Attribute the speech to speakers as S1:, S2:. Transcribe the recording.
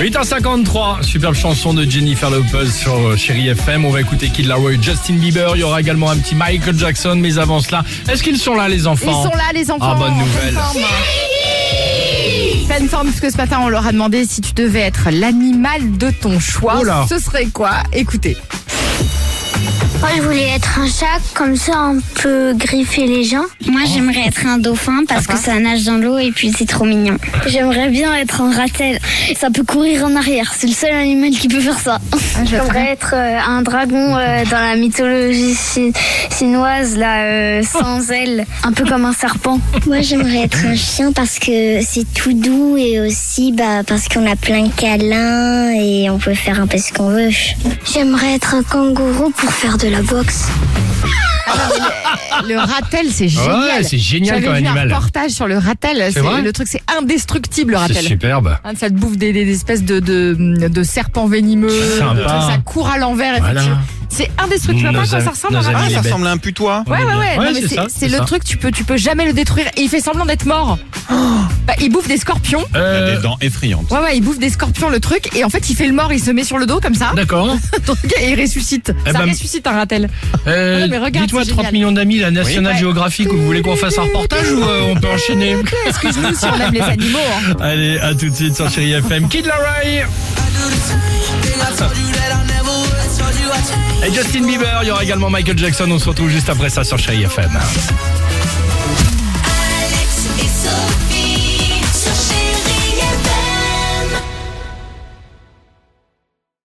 S1: 8h53, superbe chanson de Jennifer Lopez sur euh, Chéri FM. On va écouter Kid Laroi, Justin Bieber. Il y aura également un petit Michael Jackson. Mais avant cela, est-ce qu'ils sont là les
S2: Ils
S1: enfants
S2: sont là, les enfants.
S1: Ah, bonne
S2: en
S1: nouvelle.
S2: Pleine forme. Pleine forme, puisque ce matin, on leur a demandé si tu devais être l'animal de ton choix.
S1: Oh là.
S2: Ce serait quoi Écoutez.
S3: Moi, je voulais être un chat, comme ça on peut griffer les gens. Moi, j'aimerais être un dauphin parce que ça nage dans l'eau et puis c'est trop mignon. J'aimerais bien être un ratel. Ça peut courir en arrière. C'est le seul animal qui peut faire ça.
S2: Ah, je vois très
S3: j'aimerais être euh, un dragon euh, dans la mythologie chi- chinoise, là, euh, sans ailes, un peu comme un serpent. Moi, j'aimerais être un chien parce que c'est tout doux et aussi bah, parce qu'on a plein de câlins et on peut faire un peu ce qu'on veut. J'aimerais être un kangourou pour faire de la boxe.
S2: Le ratel, c'est génial.
S1: c'est génial
S2: J'avais
S1: comme
S2: vu
S1: animal.
S2: un reportage sur le ratel. C'est-
S1: vrai
S2: Le truc, c'est indestructible, le
S1: C'est
S2: ratel.
S1: superbe.
S2: Hein, ça te bouffe des, des- des espèces de, de, de serpents venimeux.
S1: C'est sympa.
S2: de trucs, Ça court à l'envers.
S1: Voilà.
S2: effectivement. C'est indestructible.
S1: Nos
S2: Après, quoi,
S1: am-
S2: ça ressemble à
S1: nos
S2: un
S1: amis
S2: ratel.
S1: les
S4: Ah, ça
S1: bêtes.
S4: ressemble à un putois.
S2: Ouais, ouais, ouais.
S1: Ouais,
S2: Non, mais
S1: c'est
S2: c'est-
S1: ça,
S2: c'est
S1: c'est
S2: le
S1: ça.
S2: truc, tu peux, tu peux jamais le détruire. Et il fait semblant d'être mort. Bah, il bouffe des scorpions.
S4: Il a
S1: Euh,
S4: des dents effrayantes.
S2: Ouais, ouais, il bouffe des scorpions, le truc. Et en fait, il fait le mort, il se met sur le dos comme ça.
S1: D'accord.
S2: Donc, et il ressuscite.
S1: Eh
S2: ça
S1: ben-
S2: ressuscite un ratel.
S1: Euh,
S2: Ouais, mais regarde,
S1: Dites-moi
S2: c'est
S1: 30
S2: génial. bah.
S1: millions d'amis, la National
S2: Ouais.
S1: Geographic, vous voulez qu'on fasse un reportage ou euh, on peut enchaîner
S2: Excuse-nous si on aime les animaux. hein.
S1: Allez, à tout de suite sur Chéri FM. Kid Laroi et Justin Bieber, il y aura également Michael Jackson. On se retrouve juste après ça sur Chéri FM.
S5: Alex et Sophie.